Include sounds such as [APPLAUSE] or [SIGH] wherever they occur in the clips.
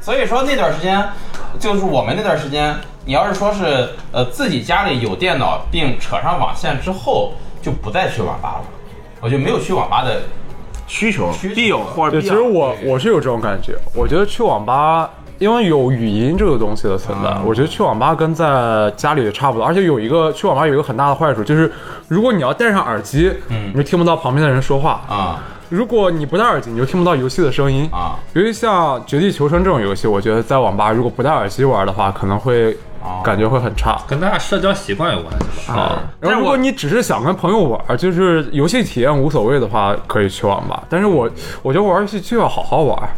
所以说那段时间，就是我们那段时间，你要是说是呃自己家里有电脑并扯上网线之后，就不再去网吧了，我就没有去网吧的需求需求必有或者对，必其要实我我是有这种感觉，我觉得去网吧，因为有语音这个东西的存在，嗯我觉得去网吧跟在家里差不多。而且有一个去网吧有一个很大的坏处，就是如果你要戴上耳机，你就听不到旁边的人说话；嗯啊如果你不戴耳机，你就听不到游戏的声音。啊尤其像《绝地求生》这种游戏，我觉得在网吧如果不戴耳机玩的话，可能会哦感觉会很差。跟大家社交习惯有关系吧。啊，但然是我后如果你只是想跟朋友玩，就是游戏体验无所谓的话，可以去网吧。但是我我觉得玩游戏就要好好玩，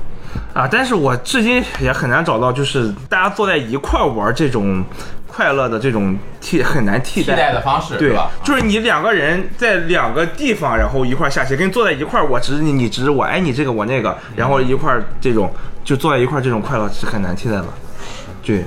啊，但是我至今也很难找到，就是大家坐在一块儿玩这种快乐的这种替很难替替代代的方式，对吧？就是你两个人在两个地方，然后一块儿下棋，跟坐在一块儿，我指你，你指我，哎，你这个我那个，然后一块儿这种就坐在一块儿，这种快乐是很难替代的。对，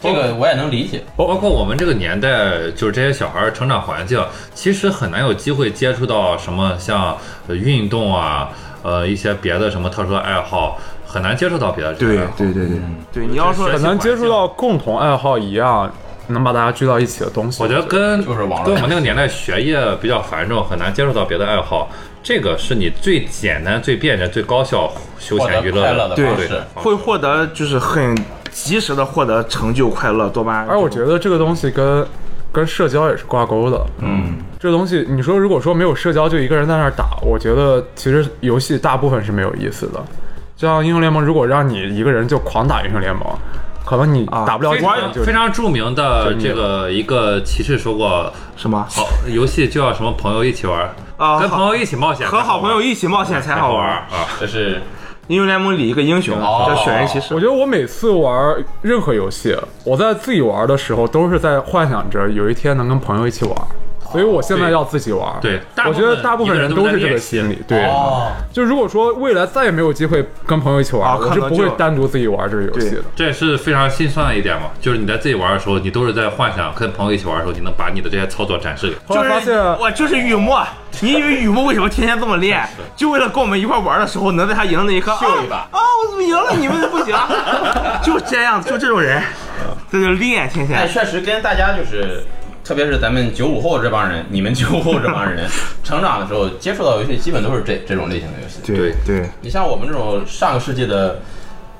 这个我也能理解，包括我们这个年代，就是这些小孩儿成长环境，其实很难有机会接触到什么像呃运动啊，呃一些别的什么特殊的爱好，很难接触到别的这些爱好。对，对，对，对，你要说是很难接触到共同爱好一样能把大家聚到一起的东西。我觉得跟就是网络跟我们那个年代学业比较繁重，很难接触到别的爱好。这个是你最简单、最便捷、最高效休获闲得娱乐快乐的对方对式。会获得就是很及时的获得成就、快乐、多巴胺。而我觉得这个东西跟跟社交也是挂钩的。嗯，这东西你说如果说没有社交，就一个人在那儿打，我觉得其实游戏大部分是没有意思的。就像英雄联盟，如果让你一个人就狂打英雄联盟，可能你啊打不了非几常天就非常著名的这个一个骑士说过，什么好游戏就要什么朋友一起玩儿啊跟好朋友一起冒险，和好朋友一起冒险才才好好玩玩儿。啊。这是英雄联盟里一个英雄哦叫雪人骑士我，觉得我每次玩任何游戏，我在自己玩的时候都是在幻想着有一天能跟朋友一起玩，所以我现在要自己玩。对大部我觉分得大部分人都是这个心理。对，哦，就如果说未来再也没有机会跟朋友一起玩，啊我可是能不就会单独自己玩这个游戏的。这也是非常心酸的一点嘛，就是你在自己玩的时候，你都是在幻想跟朋友一起玩的时候，你能把你的这些操作展示给。后就来发是现，我就是雨墨，你以为雨墨为什么天天这么 [LAUGHS] 练？就为了跟我们一块玩的时候能在他赢的那一刻秀一把啊啊！我怎么赢了？你 [LAUGHS] 们不行，就这样，就这种人，这就练天但哎天。确实跟大家就是，特别是咱们九五后这帮人，你们九五后这帮 [LAUGHS] 人成长的时候接触到游戏，基本都是这这种类型的游戏。对对，你像我们这种上个世纪的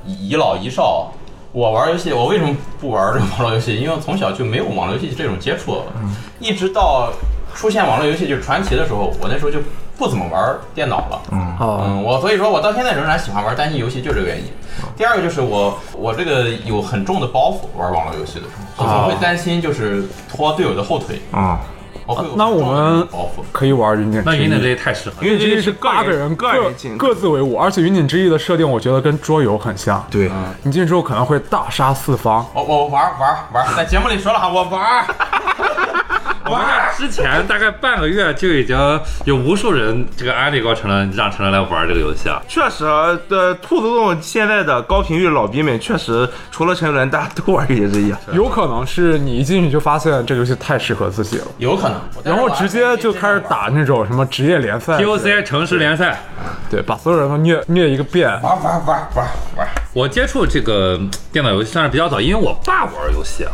遗老遗少，我玩游戏，我为什么不玩这个网络游戏？因为我从小就没有网络游戏这种接触，一直到出现网络游戏就是传奇的时候，我那时候就不怎么玩电脑了。嗯，啊，我所以说我到现在仍然喜欢玩单机游戏，就这个原因。第二个就是我我这个有很重的包袱，玩网络游戏的时候，我总会担心就是拖队友的后腿，啊，我会有那很我重的们包袱。可以玩云顶那之云顶这弈。也太适合了，因为之这弈是八个人个各人进各自为伍，而且云顶之弈的设定，我觉得跟桌游很像。对，嗯你进去之后可能会大杀四方，我我玩玩玩，在节目里说了哈，我玩。我们在之前大概半个月就已经有无数人这个安利过陈伦，让陈伦来玩这个游戏啊。确实，呃，兔子洞现在的高频率老逼们，确实除了陈伦，大家都玩这些之一。啊有可能是你一进去就发现这个游戏太适合自己了。有可能，然后直接就开始。打那种什么职业联赛 POC 城市联赛，对，把所有人都虐虐一个遍。玩玩玩玩玩。我接触这个嗯电脑游戏算是比较早，因为我爸玩游戏啊，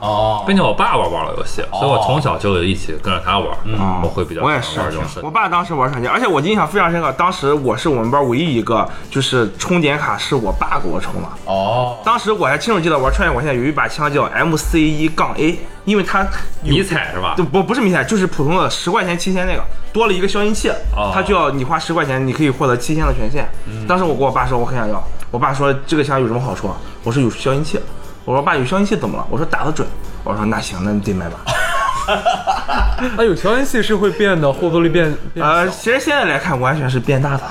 哦，并且我爸玩网络游戏，啊所以我从小就一起跟着他玩，嗯我会比较我也喜是欢玩这种事。我爸当时玩手机，而且我印象非常深刻，当时我是我们班唯一一个，就是充点卡是我爸给我充的。哦，当时我还清楚记得，玩穿越火线有一把枪叫 MC 一杠 A，因为它有迷彩是吧就？不不是迷彩，就是普通的十块钱七千那个，多了一个消音器，哦嗯它就要你花十块钱，你可以获得七千的权限。当时我跟我爸说，我很想要，我爸说这个枪有什么好处啊？我说有消音器，我说爸有消音器怎么了？我说打得准，我说那行，那你 [LAUGHS] 得买吧。那哎有消音器是会变的，后坐力变变小。呃，其实现在来看完全是变大的，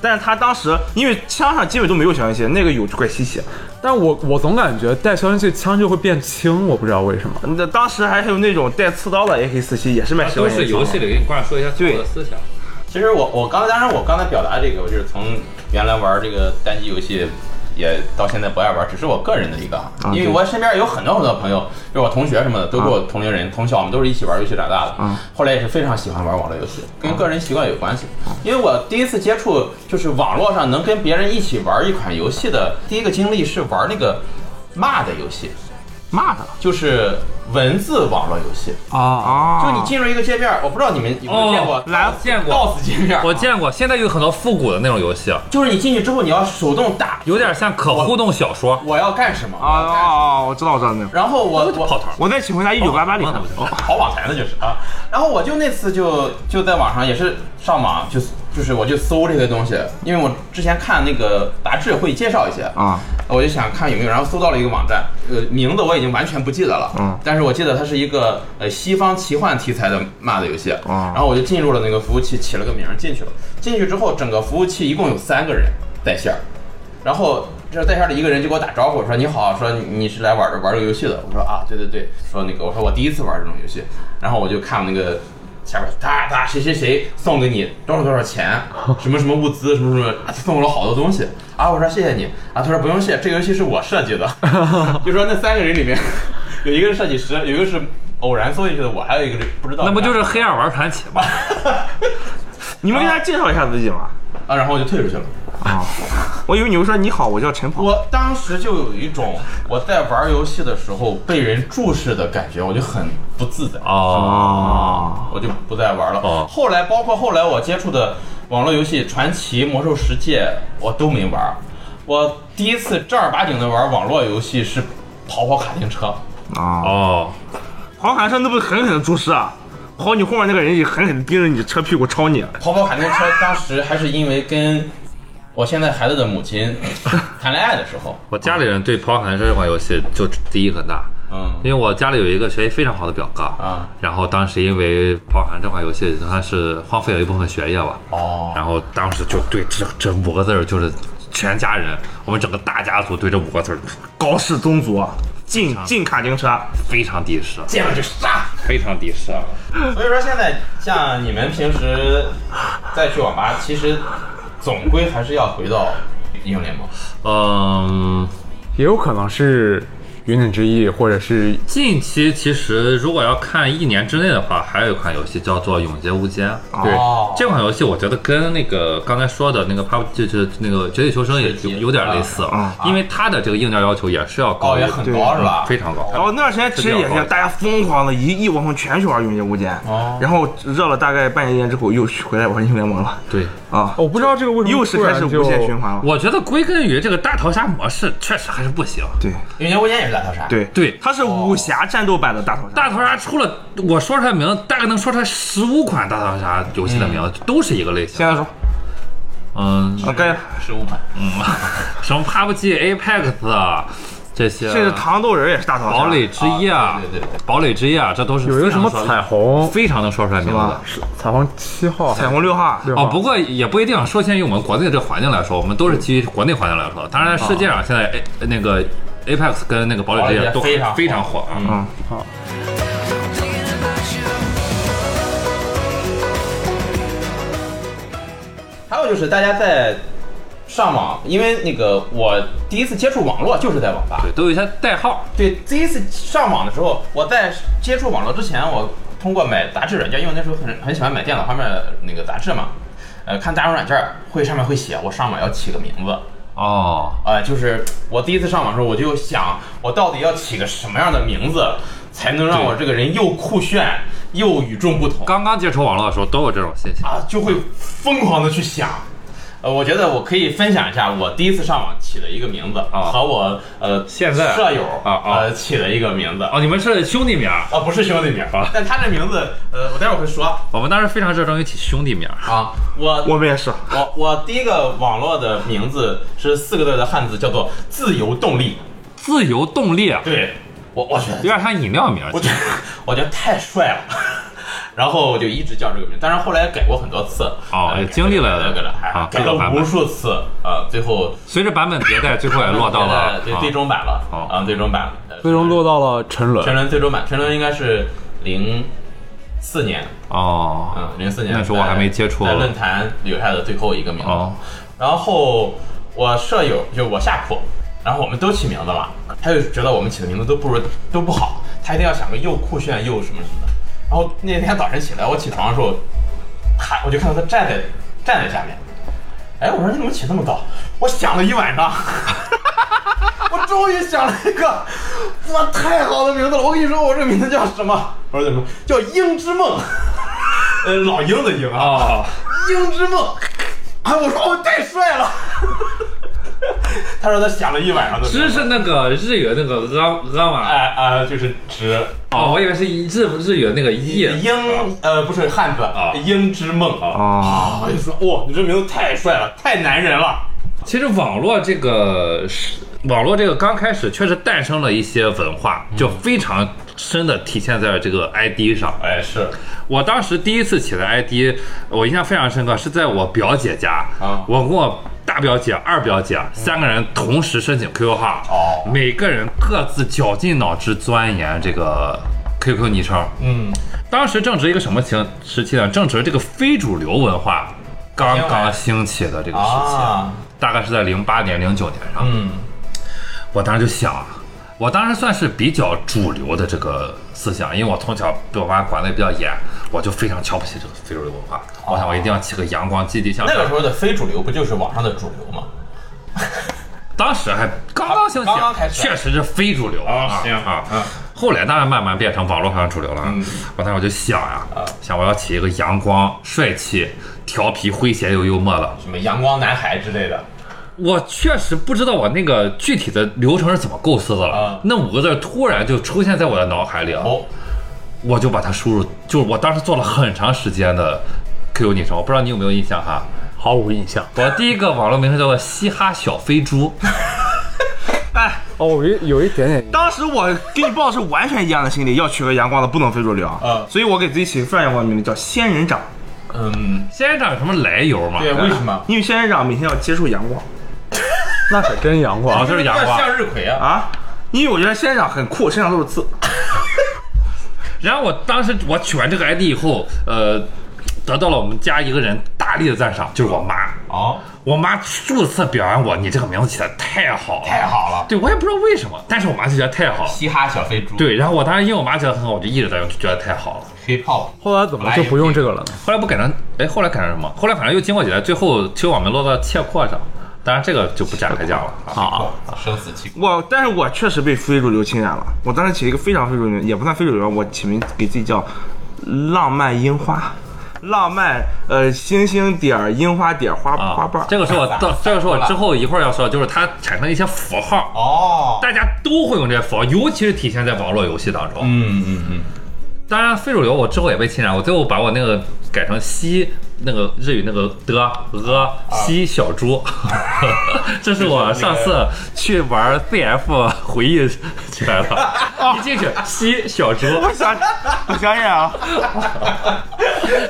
但是他当时因为枪上基本都没有消音器，那个有就怪稀奇。但我我总感觉带消音器枪就会变轻，我不知道为什么。那嗯当时还有那种带刺刀的 AK 四七，也是卖十啊都块钱是一枪游的戏里给你灌输一些错误的思想。其实我我刚才当然我刚才表达这个，我就是从原来玩这个单机游戏也到现在不爱玩，只是我个人的一个，啊啊因为对我身边有很多很多朋友，比如我同学什么的，都跟我同龄人、从小我们都是一起玩游戏长大的，啊后来也是非常喜欢玩网络游戏，跟个人习惯有关系。啊因为我第一次接触就是网络上能跟别人一起玩一款游戏的第一个经历是玩那个骂的游戏，骂他就是文字网络游戏。啊，啊就你进入一个界面儿，我不知道你们有没有见过哦，来见过 DOS 界面儿，我见过，现在有很多复古的那种游戏，啊就是你进去之后你要手动打，有点像可互动小说。我要干哦什么啊啊！啊！我知道，我知道那个。哦然后我我泡汤，我在《请回答一九八八》里看忘了到。跑网台的就是啊，然后我就那次就就在网上也是上网就就是我就搜这个东西，因为我之前看那个杂志会介绍一些啊，我就想看有没有，然后搜到了一个网站，呃，名字我已经完全不记得了，嗯但是我记得它是一个呃西方奇幻题材的骂的游戏，哦然后我就进入了那个服务器，起了个名儿进去了，进去之后整个服务器一共有三个人在线儿，然后这在线的一个人就给我打招呼说：“你好，说你是来玩儿玩这个游戏的。”我说：“啊，对对对。”说那个我说我第一次玩这种游戏，然后我就看那个下边哒哒谁谁谁送给你多少多少钱，什么什么物资，什么什么，啊、送了好多东西啊！我说谢谢你啊，他说不用谢，这个游戏是我设计的， [LAUGHS] 就说那三个人里面 [LAUGHS] 有一个是设计师，有一个是偶然搜进去的我，还有一个是不知道那不就是黑暗玩传奇吗？你们给大家介绍一下自己嘛？啊？然后我就退出去了。啊，我以为你会说你好，我叫陈鹏。我当时就有一种我在玩游戏的时候被人注视的感觉，我就很不自在，哦，哦，我就不再玩了。哦后来包括后来我接触的网络游戏《传奇》《魔兽世界》，我都没玩。我第一次正儿八经的玩网络游戏是跑跑卡丁车，啊，哦，跑卡车那不是狠狠的注视啊？跑你后面那个人也狠狠的盯着你车屁股抄你。跑跑卡丁车当时还是因为跟我现在孩子的母亲谈恋爱的时候，我家里人对《跑跑卡丁车》这款游戏就敌意很大，嗯因为我家里有一个学习非常好的表哥，啊然后当时因为《跑跑卡丁车》这款游戏，他是荒废了一部分学业吧，哦，然后当时就对这这五个字儿就是全家人，我们整个大家族对这五个字儿高氏宗族进进卡丁车，非常敌视，见了就杀。非常敌视。啊所以说现在像你们平时再去网吧，其实总归还是要回到英雄联盟。嗯，也有可能是云顶之弈，或者是近期其实如果要看一年之内的话，还有一款游戏叫做《永劫无间》。对哦，这款游戏我觉得跟那个刚才说的那个 PUB 就是那个《绝地求生》也有有点类似啊，因为它的这个硬件要求也是要高嗯哦于，也很高是吧？哦非常高。然后那段时间其实是也这样是大家疯狂的一一窝蜂全去玩《永劫无间》哦然后热了大概半年之后又去回来玩英雄联盟了对，啊，我不知道这个为什么又是突然开始就无限循。环了。我觉得归根于这个大逃杀模式确实还是不行。对永劫无间也是大逃杀。，对对它是武侠战斗版的大逃杀。大逃杀出了，我说出来名，大概能说出来十五款大逃杀游戏的名，嗯字，都是一个类型现。在说嗯，啊，该十五款。什么 PUBG、Apex 啊这些，甚至糖豆人也是大逃杀。堡垒之夜啊，对对对对堡垒之夜啊，这都是有一个什么非常彩虹，非常能说出来名字的。是彩虹七号，彩虹六号，对吧哦，不过也不一定。受限于我们国内的这个环境来说，我们都是基于国内环境来说。当然，世界啊上现在 A、那呃个 Apex 跟那个堡垒之夜都堡垒之夜非常火非常火啊。嗯，还有就是大家在上网，因为那个我第一次接触网络就是在网吧。对，都有一些代号。对，第一次上网的时候，我在接触网络之前，我通过买杂志软件，因为我那时候很很喜欢买电脑方面的那个杂志嘛，呃，看大众软件儿会上面会写我上网要起个名字，哦，呃，就是我第一次上网的时候，我就想我到底要起个什么样的名字，才能让我这个人又酷炫又与众不同刚刚接触网络的时候都有这种信息。啊，就会疯狂的去想。呃，我觉得我可以分享一下我第一次上网起的一个名字啊和我呃现在舍友啊啊呃起的一个名字。哦，你们是兄弟名儿。啊，不是兄弟名啊，但他这名字，呃，我待会儿会说我们当时非常热衷于起兄弟名儿。啊。我我们也是。我我第一个网络的名字是四个字的汉字，叫做自由动力。自由动力啊，对，我我觉得有点像饮料名儿。我觉得我觉得太帅了， [LAUGHS] 然后我就一直叫这个名，但是后来改过很多次，哦呃也经历了改改改改啊改各个了版本无数次，啊，最后随着版本迭代，最后也落到了对啊最终版了，哦啊，最终版，呃最终落到了沉沦全。轮最终版，全轮应该是零四年，哦嗯，零四年那时候我还没接触在论坛留下的最后一个名字，哦然后我舍友就我下铺，然后我们都起名字嘛，他就觉得我们起的名字都不如都不好，他一定要想个又酷炫又什么什么的。然后那天早晨起来，我起床的时候，他我就看到他站在站在下面，哎，我说你怎么起那么高？我想了一晚上。 [LAUGHS] 我终于想了一个，哇，太好的名字了！我跟你说，我这名字叫什么？我说叫什么？叫鹰之梦，呃，老鹰的鹰啊，啊，鹰之梦。啊，我说我太帅了。他说他想了一晚上的名字，知是那个日语那个阿阿哎嘛，啊、就是直哦，我以为是日日语那个一鹰，呃，不是汉字，啊鹰之梦啊。啊，啊，我就说，哇，你这名字太帅了，太男人了。其实网络这个是网络这个刚开始确实诞生了一些文化，嗯就非常深的体现在了这个 ID 上。哎，是，我当时第一次起的 ID，我印象非常深刻，是在我表姐家。啊我跟我大表姐、二表姐三个人同时申请 QQ 号，哦每个人各自绞尽脑汁钻研这个 QQ 昵称。嗯，当时正值一个什么情时期呢？正值这个非主流文化刚刚兴起的这个时期，啊，大概是在零八年、零九年上。嗯，我当时就想啊，我当时算是比较主流的这个思想，因为我从小被我妈管得比较严，我就非常瞧不起这个非主流文化。我想我一定要起个阳光、积极向哦那上。个时候的非主流不就是网上的主流吗？当时还刚刚兴起，刚刚开始确实是非主流啊行啊。嗯后来当然慢慢变成网络上的主流了。我当时我就想呀、嗯想我要起一个阳光、帅气、调皮、诙谐又幽默了。什么阳光男孩之类的。我确实不知道我那个具体的流程是怎么构思的了。啊那五个字突然就出现在我的脑海里了。哦，我就把它输入，就是我当时做了很长时间的 QQ 昵称，我不知道你有没有印象哈。毫无印象。我的第一个网络名称叫做“嘻哈小飞猪 [LAUGHS] 哦，我有有一点点，当时我跟你抱的是完全一样的心理，要取个阳光的，不能非主流。嗯所以我给自己起个非常阳光的名字叫仙人掌，嗯”。，仙人掌有什么来由吗？对，为什么？因为仙人掌每天要接触阳光那可真阳啊光。就是阳光向日葵啊。啊。因为我觉得仙人掌很酷，身上都是刺。然后我当时我取完这个 ID 以后，呃，得到了我们家一个人大力的赞赏，就是我妈。哦，我妈数次表扬我，你这个名字起的太好了，太好了，对我也不知道为什么，但是我妈就觉得太好。嘻哈小飞猪，对，然后我当时因为我妈觉得很好，我就一直在用，就觉得太好了。 ，hip hop，后来怎么就不用这个了呢？后来不改成，哎，后来改成什么？后来反正又经过几代，最后其实我们落到切阔上，当然这个就不展开讲了啊。生死期，我，但是我确实被非主流侵染了。我当时起了一个非常非主流，也不算非主流，我起名给自己叫“浪漫樱花”，浪漫呃星星点儿樱花点儿花、啊，花瓣儿。这个是 [LAUGHS] 我到，这个是我之后一会儿要说的，就是它产生一些符号，哦，大家都会用这些符号，尤其是体现在网络游戏当中。嗯嗯嗯，当然，非主流我之后也被侵染，我最后把我那个改成西那个日语那个的呃西小猪， [LAUGHS] 这是我上次去玩 CF 回忆起来的，一进去西小猪，我想，我想想啊，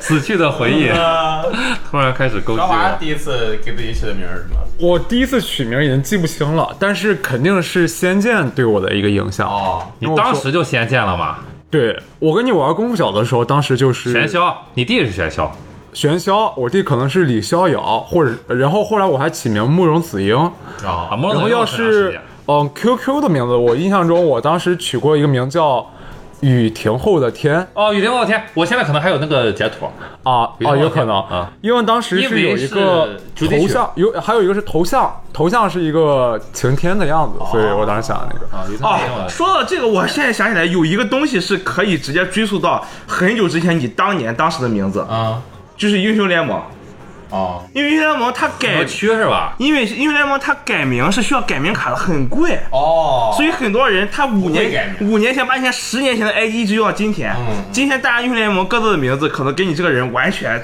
死去的回忆嗯突然开始勾起高娃我。第一次给自己起的名儿是什么？我第一次取名已经记不清了，但是肯定是《仙剑》对我的一个影响。哦，你当时就仙剑了吗？对我跟你玩功夫小的时候，当时就是玄霄，你弟是玄霄，玄霄，我弟可能是李逍遥，或者然后后来我还起名慕容紫英，啊，哦，然然后要是嗯 QQ 的名字，我印象中我当时取过一个名叫雨停后的天哦，雨林我天，我现在可能还有那个截图，啊雨停啊后的天有可能啊，因为当时因为是有一是个主题曲头像，有还有一个是头像，头像是一个晴天的样子，哦所以我当时想的那个。啊，雨林哦，说到这个，我现在想起来有一个东西是可以直接追溯到很久之前你当年当时的名字，嗯，就是英雄联盟。哦，因为英雄联盟它小改，区是吧？因为英雄联盟它改名是需要改名卡的，很贵。哦，所以很多人他五不会改年、名五年前、八年前、十年前的 ID 一直用到今天。嗯今天大家英雄联盟各自的名字，可能跟你这个人完全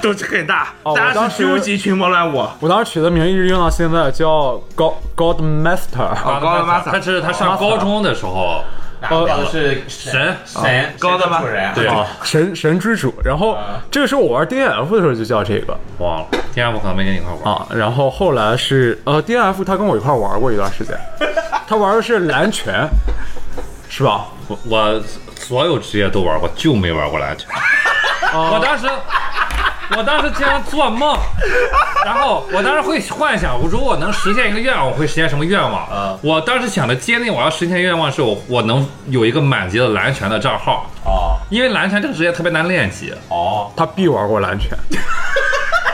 都是很大，哦大我家当是时纠集群魔乱舞。我当时取的名一直用到现在，叫 God God Master，哦高德 [LAUGHS] 玛他这是他上高中的时候，哪个是神神高的吧主人？啊对，， [LAUGHS] 神神之主。然后这个是我玩 DNF 的时候就叫这个忘了。天安可能没跟你一块玩。啊，然后后来是呃 DNF 他跟我一块玩过一段时 [LAUGHS] 间，他玩的是蓝拳，是吧？我哦我所有职业都玩过，就没玩过篮球。我当时我当时经常做梦，然后我当时会幻想，我如果能实现一个愿望，我会实现什么愿望？啊我当时想的接近我要实现愿望是我我能有一个满级的蓝拳的账号，哦因为蓝拳这个职业特别难练级。哦，他必玩过蓝 [LAUGHS] 拳。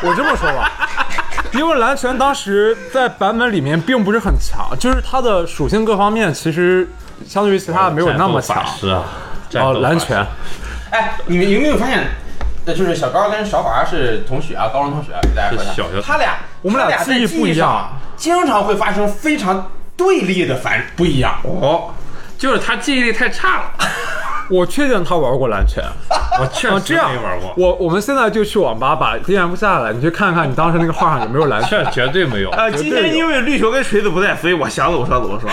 我这么说吧，因为蓝拳当时在版本里面并不是很强，就是它的属性各方面其实相对于其他的没有那么强战斗。法师啊，战斗哦，法师蓝拳，哎，你们有没有发现？那就是小高跟小法是同学啊，高中同学，给大家说一下是小学，他俩我们俩他俩在记忆不一样上，经常会发生非常对立的反不一样。哦，就是他记忆力太差了，我确定他玩过蓝 [LAUGHS] 拳。我确啊，实这样没玩过，我我们现在就去网吧把 DM 下来，你去看看你当时那个画上有没有蓝拳。这绝对没 [LAUGHS] 有。呃，今天因为绿球跟锤子不在，所以我想怎么说怎么说。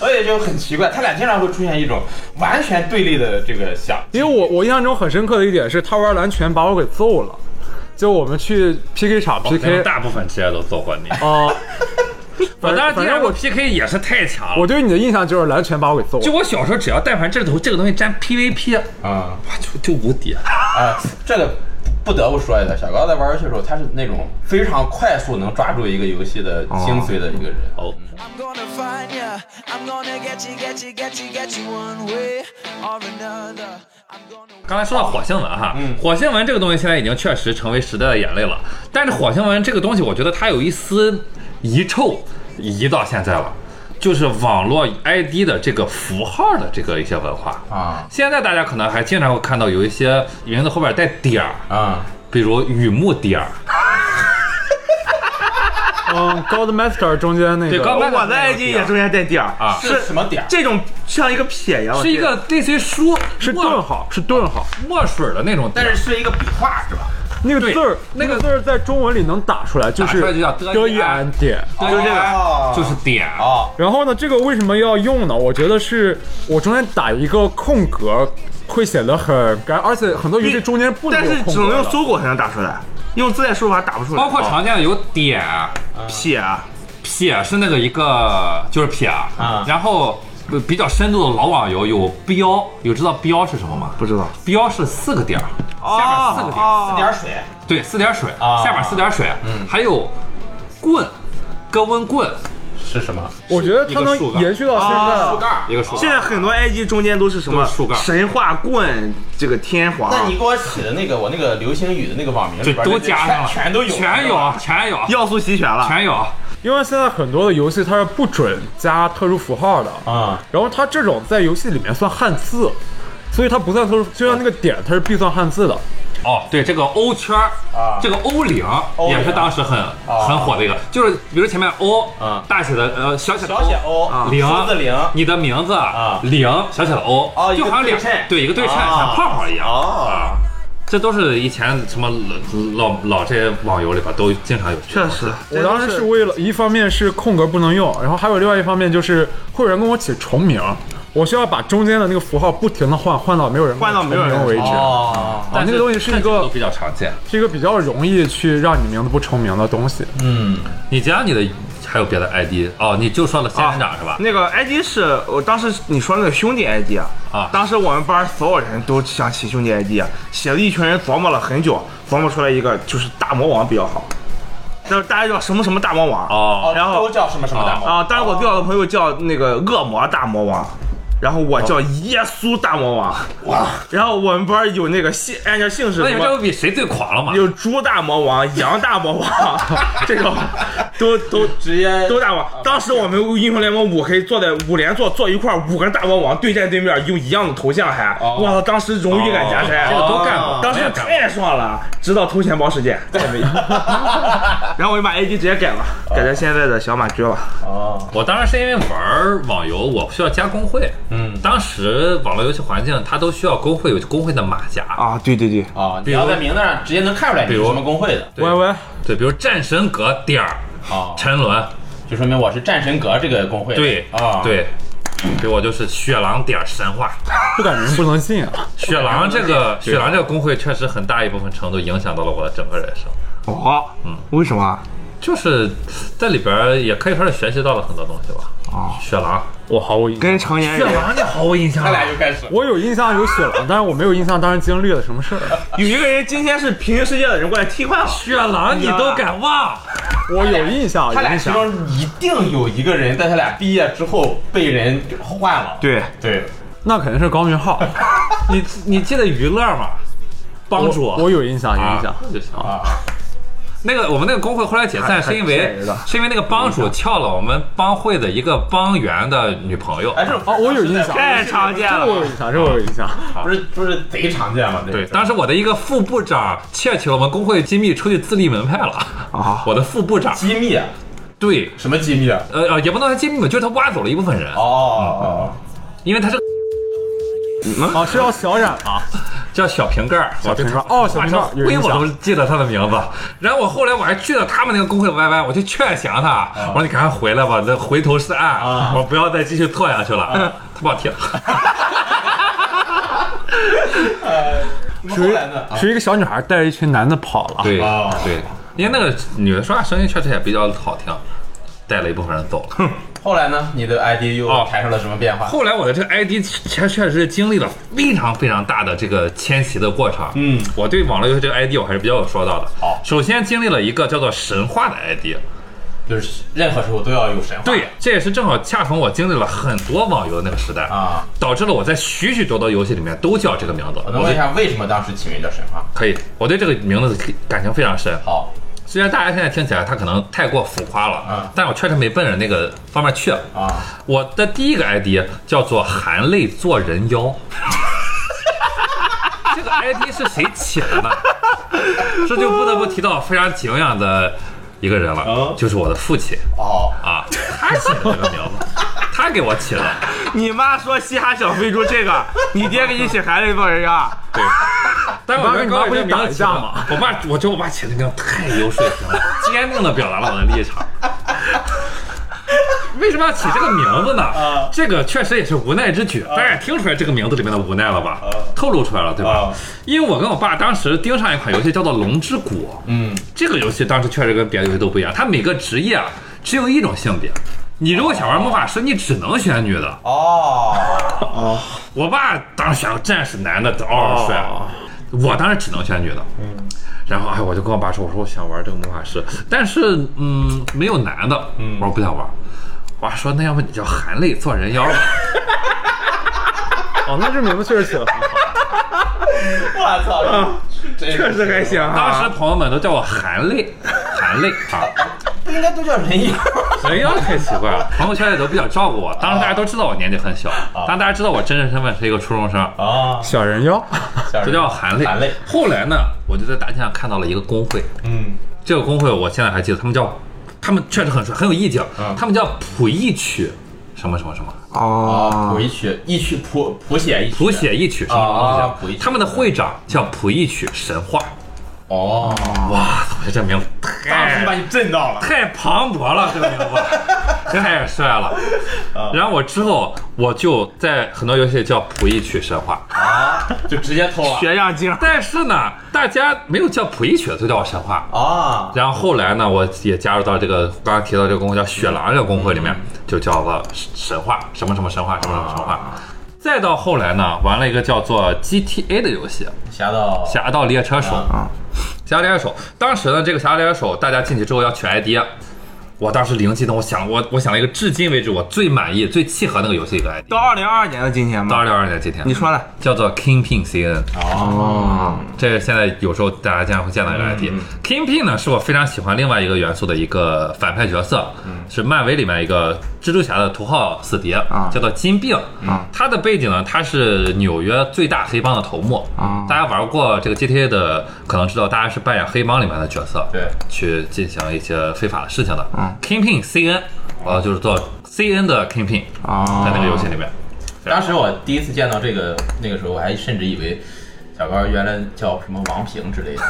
所以就很奇怪，他俩经常会出现一种完全对立的这个想。因为我我印象中很深刻的一点是，他玩蓝拳把我给揍了，就我们去 PK 场可 PK 能。哦大部分职业都揍过你。啊、我当时第反正二个我 PK 也是太强我了。对你的印象就是蓝拳把我给揍就了。我小时候，只要但凡这头这个东西沾 PVP，啊哇，就就无敌。啊，这个不得不说一下，小高在玩游戏的时候，他是那种非常快速能抓住一个游戏的精髓的一个人。哦， I'm gonna find ya. I'm gonna get you, get you, get you, get you one way or another. I'm gonna. 刚才说到火星文哈，火星文这个东西现在已经确实成为时代的眼泪了。但是火星文这个东西，我觉得它有一丝遗臭，移到现在了，就是网络 ID 的这个符号的这个一些文化。啊现在大家可能还经常会看到有一些名字后边带点儿，啊比如雨木点儿，嗯，Gold Master 中间那对个，高曼我的 IG 也中间带点儿啊是什么点儿这种像一个撇一样的是一个类似于书是墨顿号，是顿号。墨水的那种点但儿，是是一个笔画是吧？那个对字儿，那个字儿在中文里能打出来，就打是出来就叫德德语语安安点。对就这哦个啊就是点儿哦，然后呢，这个为什么要用呢？我觉得是我中间打一个空格，会显得很干，而且很多游戏中间不能但有是空只能格用的搜狗才能打出来，用自带输入法打不出来。包括常见的有点儿。撇啊，撇是那个一个就是撇啊啊，然后呃比较深度的老网游有标，有知道标是什么吗？不知道。标是四个点儿，下面四个点儿，四哦点水对，四点水，啊下面四点水，还有棍，跟温棍，是什么？我觉得它一个竖能杠延续到现啊树在。干。一个数。现在很多 IG 中间都是什么都是竖杠神话棍，这个天皇。那你给我起的那个我那个流星雨的那个网名里对边都这加上了，全全都有，全有，啊全有，要素齐全了，全有。啊因为现在很多的游戏它是不准加特殊符号的，啊然后它这种在游戏里面算汉字，所以它不算特殊，就像那个点它是必算汉字的。哦，对，这个 O 圈儿啊这个 O 领欧领啊也是当时很很火的一个，就是比如前面 O，嗯大写的呃小写的小写 O，啊零数字零你的名字啊零小写的 O，哦就好像一个对两称对一个对称，啊像泡泡一样哦啊。这都是以前什么老老老这些网游里边都经常有。确实，我当时是为了一方面是空格不能用，然后还有另外一方面就是会有人跟我起重名，我需要把中间的那个符号不停的换，换到没有人换到没有人重名为止。哦，但那个东西是一个这都比较常见。是一个比较容易去让你名字不重名的东西。嗯，你讲你的还有别的 ID 哦，你就说了仙人掌是吧？那个 ID 是我当时你说那个兄弟 ID 啊，啊当时我们班所有人都想起兄弟 ID，啊写了一群人琢磨了很久，琢磨出来一个就是大魔王比较好，但是大家叫什么什么大魔王哦，然后都叫什么什么大魔啊，当然我最好的朋友叫那个恶魔大魔王。然后我哦叫耶稣大魔王，哇！然后我们班有那个姓，按照姓氏那你什们这么不比谁最狂了吗？有猪大魔王、羊大魔王， [LAUGHS] 这种都都直接都大王。当时我们英雄联盟五黑坐在五连坐坐一块儿，五个人大魔王对战对面，用一样的头像还，我操！当时荣誉感加啊深，这个都干过，当时我也干过太爽了，直到偷钱包 [LAUGHS] 事件，再没有。然后我就把 ID 直接改了，改成现在的小马驹了。哦，我当时是因为玩网游，我需要加工会。嗯当时网络游戏环境它都需要工会有工会的马甲，啊，对对对，啊，你如要在名字上直接能看出来你比是如什么工会的对歪歪，对，比如战神阁点儿，啊，沉沦，就说明我是战神阁这个工会的对啊，，对，比如我就是雪狼点儿神话，不感人不能信啊！雪狼这个雪狼这个工会确实很大一部分程度影响到了我的整个人生，哦，为什么？就是在里边儿也可以说是学习到了很多东西吧。啊，雪狼，我毫无印象。跟成年雪人狼你毫无印象他啊了俩就开始。我有印象有雪狼，但是我没有印象当时经历了什么事儿。有一个人今天是平行世界的人过来替换了，雪狼啊你都敢忘？我有印象，他有俩印其象。中一定有一个人在他俩毕业之后被人换了。对，对，那肯定是高明浩，你你记得娱乐吗？帮主，我我有印象，有印象啊。就行啊。那个我们那个工会后来解散，是因还为还是的是因为那个帮主撬了我们帮会的一个帮员的女朋友。哎，这种哦，我有印象，太常见这了我有印象，这我有印象。不是不是贼常见吗？对，对当时我的一个副部长窃取了我们工会机密，出去自立门派了。啊 [LAUGHS] 我的副部长，机密啊，对，什么机密啊？呃呃，也不能说机密吧，就是他挖走了一部分人，哦，因为他是哦，是要小冉吗？叫小瓶盖儿，小瓶盖儿哦小瓶盖儿有灰印我象都记得他的名字。然后我后来我还去了他们那个工会 YY，我去劝降他，啊我说你赶快回来吧，这回头是岸，啊我不要再继续拖下去了。 [LAUGHS] 他把我踢了。嗯那属后于来呢？啊属于一个小女孩带着一群男的跑了。对哦对，因为那个女的说话声音确实也比较好听，带了一部分人走了。后来呢？你的 ID 又哦产生了什么变化？后来我的这个 ID 确确实经历了非常非常大的这个迁徙的过程。嗯，我对网络游戏这个 ID 我还是比较有说道的。好首先经历了一个叫做神话的 ID，就是任何时候都要有神话。对，这也是正好恰逢我经历了很多网游的那个时代啊，导致了我在许许多多游戏里面都叫这个名字。我能问一下为什么当时起名叫神话？可以，我对这个名字感情非常深。好虽然大家现在听起来它可能太过浮夸了，啊但我确实没奔着那个方面去。啊，我的第一个 ID 叫做“含泪做人妖”， [LAUGHS] 这个 ID 是谁起的呢？这就不得不提到非常敬仰的一个人了，就是我的父亲哦，啊，他起的这个名字，他给我起的。你妈说嘻哈小飞猪这 [LAUGHS] 个，你爹给你起孩子做人啊？但我跟你妈不是打一架吗？我爸，我觉得我爸起的名字太有水平了，坚定的表达了我的立场。为什么要起这个名字呢？啊这个确实也是无奈之举。大家也听出来这个名字里面的无奈了吧？透露出来了，对吧啊？因为我跟我爸当时盯上一款游戏叫做《龙之谷》，嗯，这个游戏当时确实跟别的游戏都不一样，它每个职业啊只有一种性别。你如果想玩魔法师，你只能选女的。哦，我爸当时选个战士男的，哦，帅。我当时只能选女的。嗯。然后哎，我就跟我爸说，我说我想玩这个魔法师，但是嗯，没有男的，嗯我说不想玩。我爸说那要不你叫含泪做人 [LAUGHS] 妖吧？哦，那这名字确实起得很好。我操，这确实还行啊当时哈。朋友们都叫我含泪，含泪啊，不应该都叫人妖？ [LAUGHS] 人妖太奇怪了。啊朋友圈也都比较照顾我，当时大家都知道我年纪很小，当大家知道我真实身份是一个初中生，啊，小人妖，这这叫含泪。含泪，后来呢，我就在大街上看到了一个公会，嗯，这个工会我现在还记得，他们叫，他们确实很帅，很有意境，他们叫谱义曲，什么什么什么，啊，哦谱，一曲，一曲谱谱写一曲，谱写义曲什么什么啊东啊谱义西曲他们的会长叫谱义曲神话，哦，哇，我觉得这名字太你震到了，太磅礴了，这个名 [LAUGHS] 字太帅了。啊然后我之后我就在很多游戏叫谱义曲神话，就直接偷了学样精，但是呢，大家没有叫谱义曲的都叫我神话，啊，然后后来呢，我也加入到这个刚刚提到这个工会叫雪狼这个工会里面，就叫做神话什么什么神话什么什么神话。再到后来呢，玩了一个叫做 GTA 的游戏《侠盗侠盗猎车手》。侠盗猎车手，当时呢，这个侠盗猎车手大家进去之后要取 ID，我当时灵机一动，我想我我想了一个至今为止我最满意、最契合那个游戏一个 ID。到二零二二年的今天到吗？二零二年今天，你说了，叫做 Kingpin CN。哦，嗯这是现在有时候大家经常会见到一个 IP。Kingpin 呢，是我非常喜欢另外一个元素的一个反派角色，嗯是漫威里面一个蜘蛛侠的头号死敌，啊叫做金并。他的背景呢，他是纽约最大黑帮的头目。啊大家玩过这个 GTA 的，可能知道大家是扮演黑帮里面的角色，对去进行一些非法的事情的。Kingpin 嗯 CN，呃，就是做 CN 的 Kingpin，哦在那个游戏里面。当时我第一次见到这个，那个时候我还甚至以为小高原来叫什么王平之类的。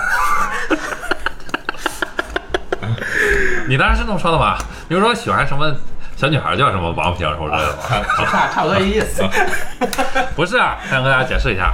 你当时是这么说的吗？你说喜欢什么小女孩叫什么王平什么之类的吗？差差不多意思。不是啊，想跟大家解释一下，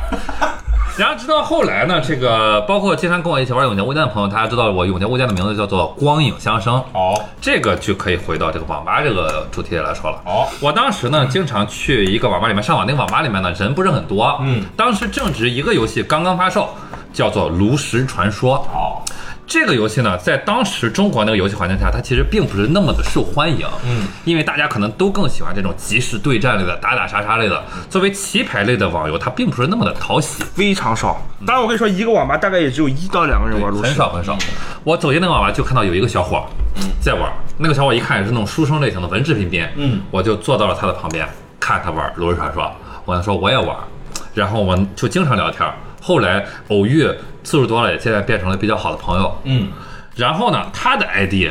然后直到后来呢，这个包括经常跟我一起玩永劫无间的朋友，大家知道我永劫无间的名字叫做光影相生。好，这个就可以回到这个网吧这个主题来说了。好，我当时呢经常去一个网吧里面上网，那个网吧里面呢人不是很多。嗯，当时正值一个游戏刚刚发售，叫做《炉石传说》。好，这个游戏呢，在当时中国那个游戏环境下，它其实并不是那么的受欢迎。嗯，因为大家可能都更喜欢这种即时对战类的、打打杀杀类的。作为棋牌类的网游，它并不是那么的讨喜。非常少。当然，我跟你说，一个网吧大概也只有一到两个人玩炉石，很少很少。我走进那个网吧就看到有一个小伙儿在玩儿，那个小伙儿一看也是那种书生类型的文质彬彬，嗯，我就坐到了他的旁边看他玩儿《炉石传说》，我跟他说我也玩儿，然后我们就经常聊天儿，后来偶遇次数多了，也渐渐变成了比较好的朋友。嗯，然后呢，他的 ID，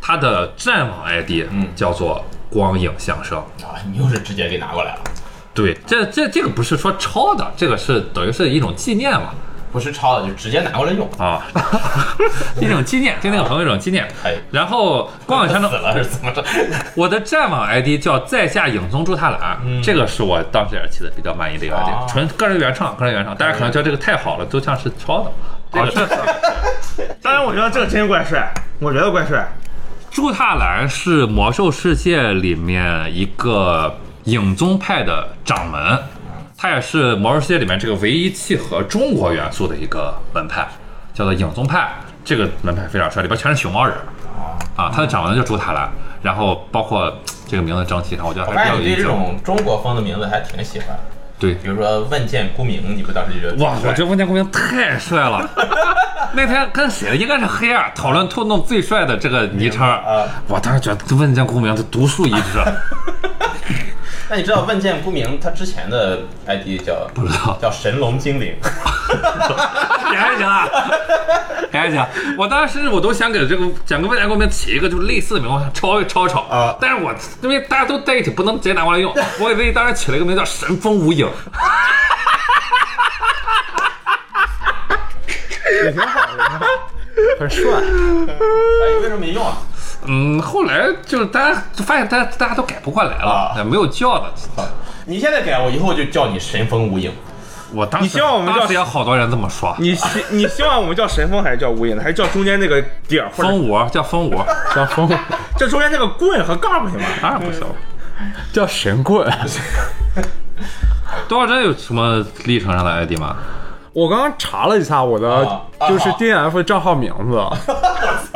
他的战网 ID，嗯叫做光影相声。啊，你又是直接给拿过来了，对，这这这个不是说抄的，这个是等于是一种纪念嘛。不是抄的就直接拿过来用，啊， [LAUGHS] 一种纪念，对那个朋友一种纪念哎。然后光影 [LAUGHS] 相死声，了是怎么着？我的战网 ID 叫在下影踪朱塔兰，啊这个是我当时也是起的比较满意的一个 ID，、嗯啊纯个人原创，个人原创。大家可能觉得这个太好了，都像是抄的。啊这个当然，我觉得这个真怪帅，我觉得怪帅。朱塔兰是魔兽世界里面一个影宗派的掌门，他也是魔兽世界里面这个唯一契合中国元素的一个门派，叫做影宗派。这个门派非常帅，里边全是熊猫人儿啊，他的掌门叫朱塔兰，然后包括这个名字整体上，我觉得我发还是现比你对这较有意思。种中国风的名字还挺喜欢，对，比如说问剑孤明，你不当时就觉得哇，我觉得温家公明太帅了。那天跟谁应该是黑二讨论兔弄最帅的这个昵称啊，我当时觉得温家公明是独树一帜，啊那你知道问剑孤明他之前的 ID 叫不知道。叫神龙精灵，也还 [LAUGHS] 行啊，也还行。我当时我都想给这个整个未来公民起一个就是类似的名，我想抄一抄抄啊但是我因为大家都在一起，不能直接拿过来 [LAUGHS] 用，我给自己当时起了一个名叫“神风无影也挺好的，很帅。哎，为什么没用啊？”。嗯，后来就是大家就发现大家大家都改不过来了，啊没有叫的。你现在改，我以后就叫你神风无影。我当时你希望我们叫当时也好多人这么说，你希你希望我们叫神风还是叫无影的，还是叫中间那个点儿或风者舞叫风舞，叫风叫中间那个棍和杠不行吗？当然不行。啊叫神棍。多少真有什么历程上的 ID 吗？我刚刚查了一下我的啊啊就是 DNF 账号名 [LAUGHS] 字，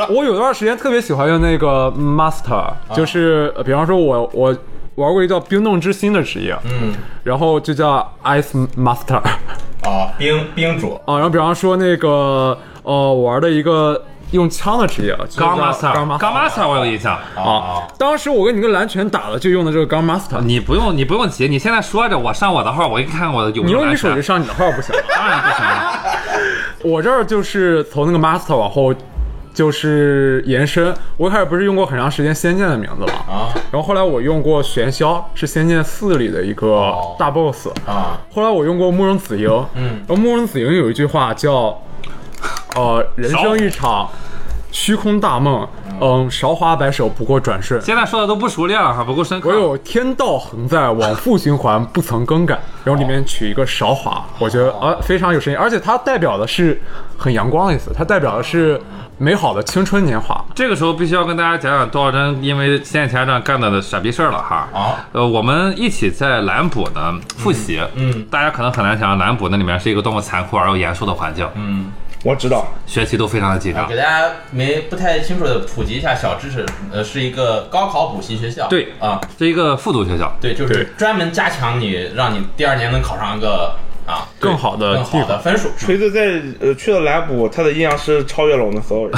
我有段时间特别喜欢用那个嗯 Master，就是呃比方说我我玩过一个叫冰冻之心的职业，嗯，然后就叫 Ice Master [LAUGHS] 啊，冰冰主啊，然后比方说那个呃我玩的一个用枪的职业，就叫钢 master，钢 master 钢 master 我有印象。啊，当时我跟你跟蓝拳打的就用的这个钢 master，你不用，你不用急，你现在说着，我上我的号，我一看我的有没你有用你蓝手闪机上你的号不行吗。当然不行了。 [LAUGHS] 我这儿就是从那个 master 往后，就是延伸。我一开始不是用过很长时间《仙剑》的名字嘛，啊然后后来我用过玄霄，是《仙剑四》里的一个哦大 boss。啊后来我用过慕容紫英，嗯，然后慕容紫英有一句话叫，呃，人生一场虚空大梦，嗯，韶华白首不过转 [LAUGHS] 瞬。现在说的都不熟练了哈，不够深刻。唯有天道恒在，往复循环，不曾更改。然后里面取一个韶华，我觉得啊非常有深意，而且它代表的是很阳光的意思，它代表的是美好的青春年华。这个时候必须要跟大家讲讲多少真因为线前站干的傻逼事儿了哈。啊，呃，我们一起在蓝捕呢复习，嗯，大家可能很难想象蓝捕那里面是一个多么残酷而又严肃的环境，嗯，我知道，学习都非常的紧张给。大家没不太清楚的普及一下小知识，呃，是一个高考补习学校。对啊，是一个复读学校，对，就是专门加强你，让你第二年能考上一个啊更好的更地好方，的分数。锤子在呃去了莱补，他的阴阳师超越了我们所有人。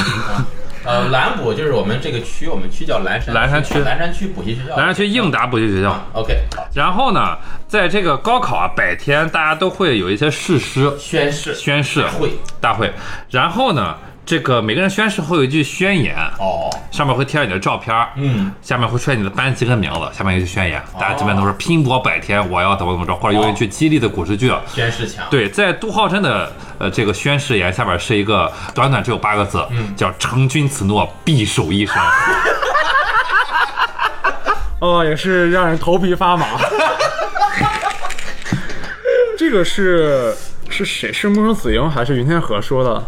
呃，蓝补就是我们这个区，我们区叫蓝山，蓝山区蓝山区补习学校。啊蓝山区应答补习学校。 OK，好，然后呢，在这个高考啊，百天大家都会有一些誓师宣誓宣誓会大会，然后呢，这个每个人宣誓会有一句宣言，哦，上面会贴上你的照片，嗯，下面会出现你的班级跟名字，下面有一句宣言，哦大家基本都是拼搏百天，我要怎么怎么着，或者用一句激励的古诗句。宣誓强。，对，在杜浩琛的呃这个宣誓言下边是一个短短只有八个字，嗯叫“成君此诺，必守一生 [LAUGHS] 哦，也是 [LAUGHS] 让人头皮发麻。这个是是谁？是慕容子英还是云天河说的？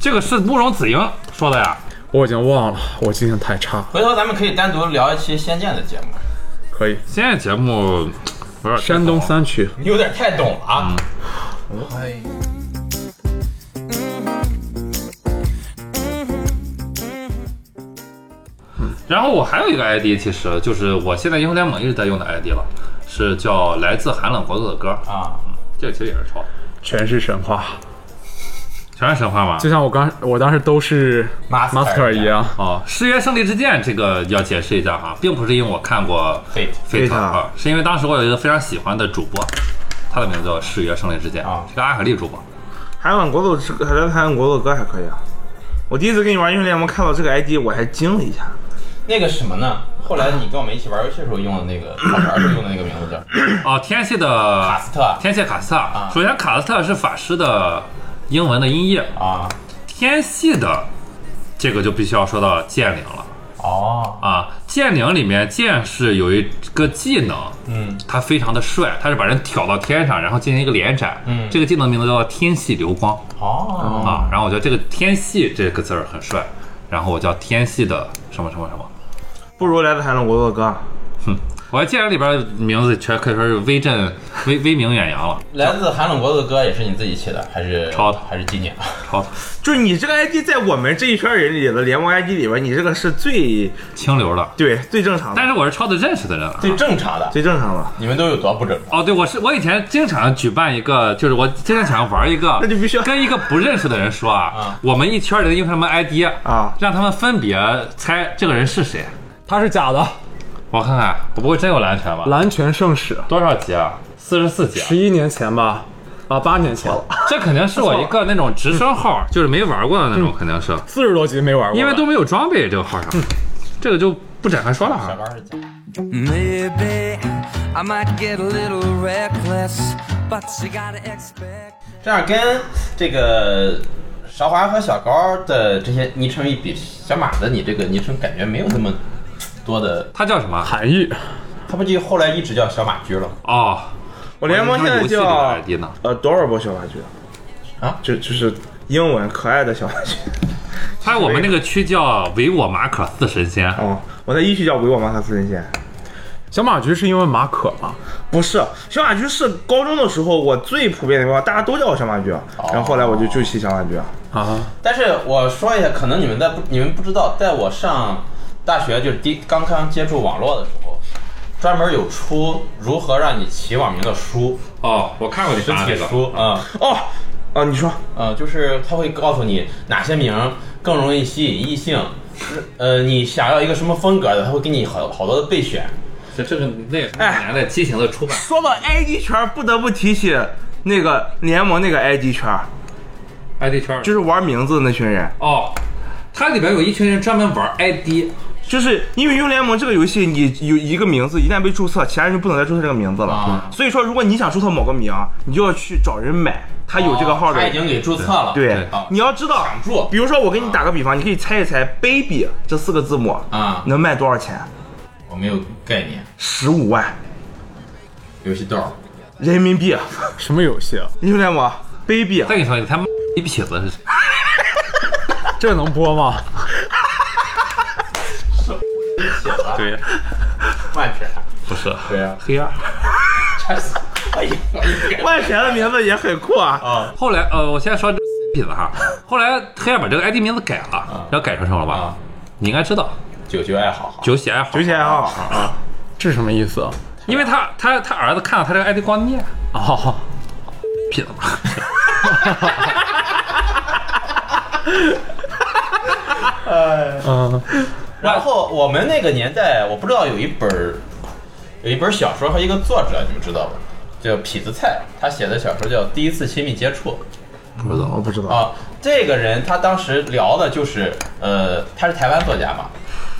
这个是慕容子英说的呀。我已经忘了，我记性太差。回头咱们可以单独聊一期《仙剑》的节目，可以，现在节目有点山东三区，你有点太懂了啊。嗯然后我还有一个 ID，其实就是我现在英雄联盟一直在用的 ID 了，是叫来自寒冷国度的歌，啊，这个其实也是抄的，全是神话，全是神话嘛就。像我刚我当时都是 Master master 一样。哦，《誓约胜利之剑》这个要解释一下哈，并不是因为我看过 Fate Fate Fate 啊，是因为当时我有一个非常喜欢的主播，他的名字叫《誓约胜利之剑》啊是个阿可丽主播。 [LAUGHS] 韩冷国度，还来韩冷国度歌还可以啊。我第一次跟你玩英雄联盟，看到这个 ID 我还惊了一下。那个什么呢？后来你跟我们一起玩游戏的时候用的那个，好玩时候用的那个名字叫哦，天蝎的卡斯特啊天蝎卡斯特。首先，卡斯特是法师的英文的音译，啊，天系的这个就必须要说到剑灵了哦，啊！剑灵里面剑是有一个技能，嗯，它非常的帅，它是把人挑到天上，然后进行一个连斩。嗯这个技能名字叫做天系流光、哦，啊。然后我觉得这个天系这个字儿很帅，然后我叫天系的什么什么什么。不如来自韩冷国度的歌。我在剑灵里边名字全可以说是威震威威名远扬了，来自寒冷国度的歌也是你自己起的，还是抄的还是纪念？超就是你这个 ID 在我们这一圈人里的联盟 ID 里边，你这个是最清流的。对最正常的但，是我是超的认识的人啊。最正常的，最正常的。你们都有多不正常？哦，对，我是我以前经常举办一个，就是我经常想要玩一个，那就必须要跟一个不认识的人说啊啊，我们一圈人用什么 ID 啊让他们分别猜这个人是谁。他是假的，我看看，我不会真有蓝拳吧？蓝泉盛世，多少级啊？四十四级啊。十一年前吧，啊，八年前， [LAUGHS] 这肯定是我一个那种直升号，就是没玩过的那种，肯定是四十多集没玩过了，因为都没有装备这个号上，这个就不展开说了小啊。班是假的。 Maybe I might get a little reckless, but you gotta expect. 这样跟这个韶华和小高的这些昵称一比，小马的你这个昵称感觉没有那么多的，他叫什么？含义。他不就后来一直叫小马驹了吗？哦，我联盟现在我还以为叫是游戏里的 ID 呢呃多少波小花菊啊就就是英文可爱的小花菊他我们那个区叫维我马可四神仙。哦， [LAUGHS] 我在一区叫维我马卡斯神仙，小马驹是因为马可嘛，不是小马菊是高中的时候我最普遍的话，大家都叫我小马菊，然后后来我就就起小马菊，啊，但是我说一下，可能你们在不你们不知道，在我上大学就是第刚刚接触网络的时候，专门有出如何让你起网名的书，哦，我看过你实发体那个。书啊，哦啊你说呃，就是他会告诉你哪些名更容易吸引异性，呃，你想要一个什么风格的，他会给你好好多的备选。这这个那个哎年代畸形的出版，说到 ID 圈不得不提起那个联盟那个 ID 圈， ID 圈儿就是玩名字的那群人，哦，它里边有一群人专门玩 ID，就是因为英雄联盟这个游戏，你有一个名字，一旦被注册，其他人就不能再注册这个名字了。啊所以说，如果你想注册某个名，你就要去找人买他有这个号的。啊他已经给注册了。对，啊你要知道抢注，比如说我给你打个比方，你可以猜一猜 “baby” 这四个字母啊能卖多少钱？我没有概念，十五万游戏豆儿人民币。什么游戏啊？英雄联盟 “baby” 啊再跟你说，你他妈一痞子是谁？这能播吗？对，万全。不是对呀、黑二。万钱的名字也很酷啊。哦后来呃，我先说这痞子哈，后来黑二把这个 ID 名字改了，然后改成什么了吧啊？你应该知道，九九爱好哈。九喜爱好九，千哦啊，这什么意思啊？因为他他他儿子看到他这个 ID 光念 [LAUGHS] 哦，痞子嘛。嗯，然后我们那个年代，我不知道有一本儿有一本小说和一个作者，你们知道吧？叫痞子蔡，他写的小说叫《第一次亲密接触不知道，我不知》道。啊。这个人他当时聊的就是，呃，他是台湾作家嘛，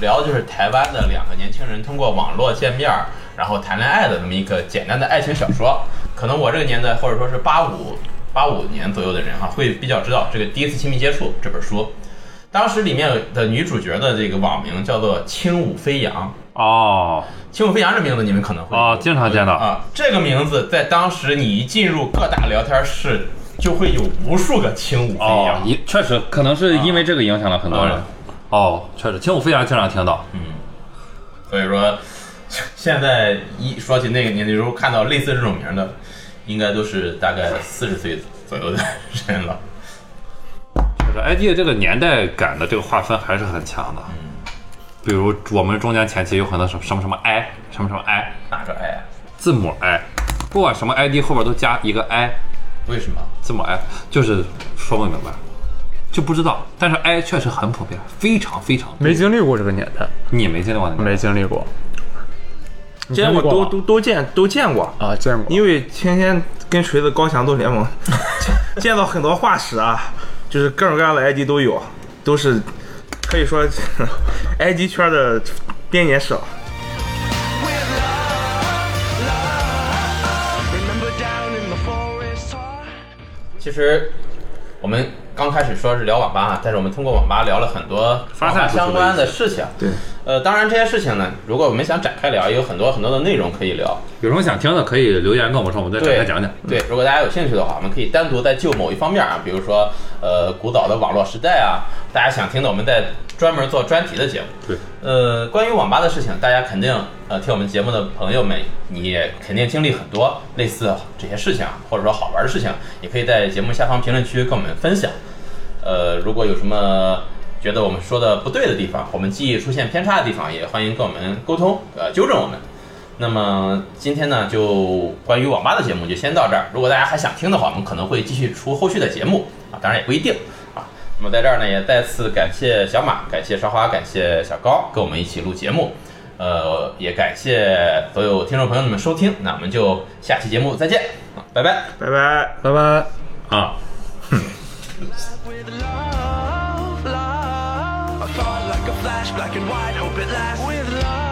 聊的就是台湾的两个年轻人通过网络见面儿，然后谈恋爱的那么一个简单的爱情小说。可能我这个年代，或者说是八五八五年左右的人哈、会比较知道这个《第一次亲密接触》这本书。当时里面的女主角的这个网名叫做轻舞飞扬。哦轻舞飞扬这名字啊你们可能会啊哦，经常见到。啊，这个名字在当时你一进入各大聊天室，就会有无数个轻舞飞哦扬，。一确实可能是因为这个影响了很多人。嗯哦，确实，轻舞飞扬经常听到。所以说，现在一说起那个年纪，如果看到类似这种名的，应该都是大概四十岁左右的人了。确实，ID 哎这个年代感的这个划分还是很强的。比如我们中间前期有很多什么什么什么 I，什么什么 I，哪个爱啊？字母 I，不管什么 ID 后边都加一个 I，为什么？字母 I，就是说不明白，就不知道。但是 I 确实很普遍，非常非常多。没经历过这个年代，你没经历过那个没经历过。你这经历我过都吗都都见都见过，啊，见过。因为天天跟锤子高强度联盟， [LAUGHS] 见见到很多化石啊，就是各种各样的 ID 都有，都是可以说 [LAUGHS] ID 圈的编年史了。 Remember down in the forest. 其实我们刚开始说是聊网吧啊，但是我们通过网吧聊了很多发网吧散出去的相关的事情。对，呃，当然这些事情呢，如果我们想展开聊，也有很多很多的内容可以聊。有什么想听的可以留言跟我们说，我们再展对开讲讲。对，如果大家有兴趣的话，我们可以单独再就某一方面啊，比如说呃古早的网络时代啊，大家想听的，我们再专门做专题的节目。对，呃，关于网吧的事情，大家肯定呃听我们节目的朋友们，你也肯定经历很多类似这些事情啊，或者说好玩的事情，也可以在节目下方评论区跟我们分享。呃，如果有什么觉得我们说的不对的地方，我们记忆出现偏差的地方，也欢迎跟我们沟通，呃，纠正我们。那么今天呢，就关于网吧的节目就先到这儿。如果大家还想听的话，我们可能会继续出后续的节目啊，当然也不一定啊。那么在这儿呢，也再次感谢小马，感谢烧花，感谢小高跟我们一起录节目，呃，也感谢所有听众朋友们收听。那我们就下期节目再见，啊拜拜。拜拜。拜拜。啊， With love, love. I thought like a flash, black and white, hope it lasts. With love.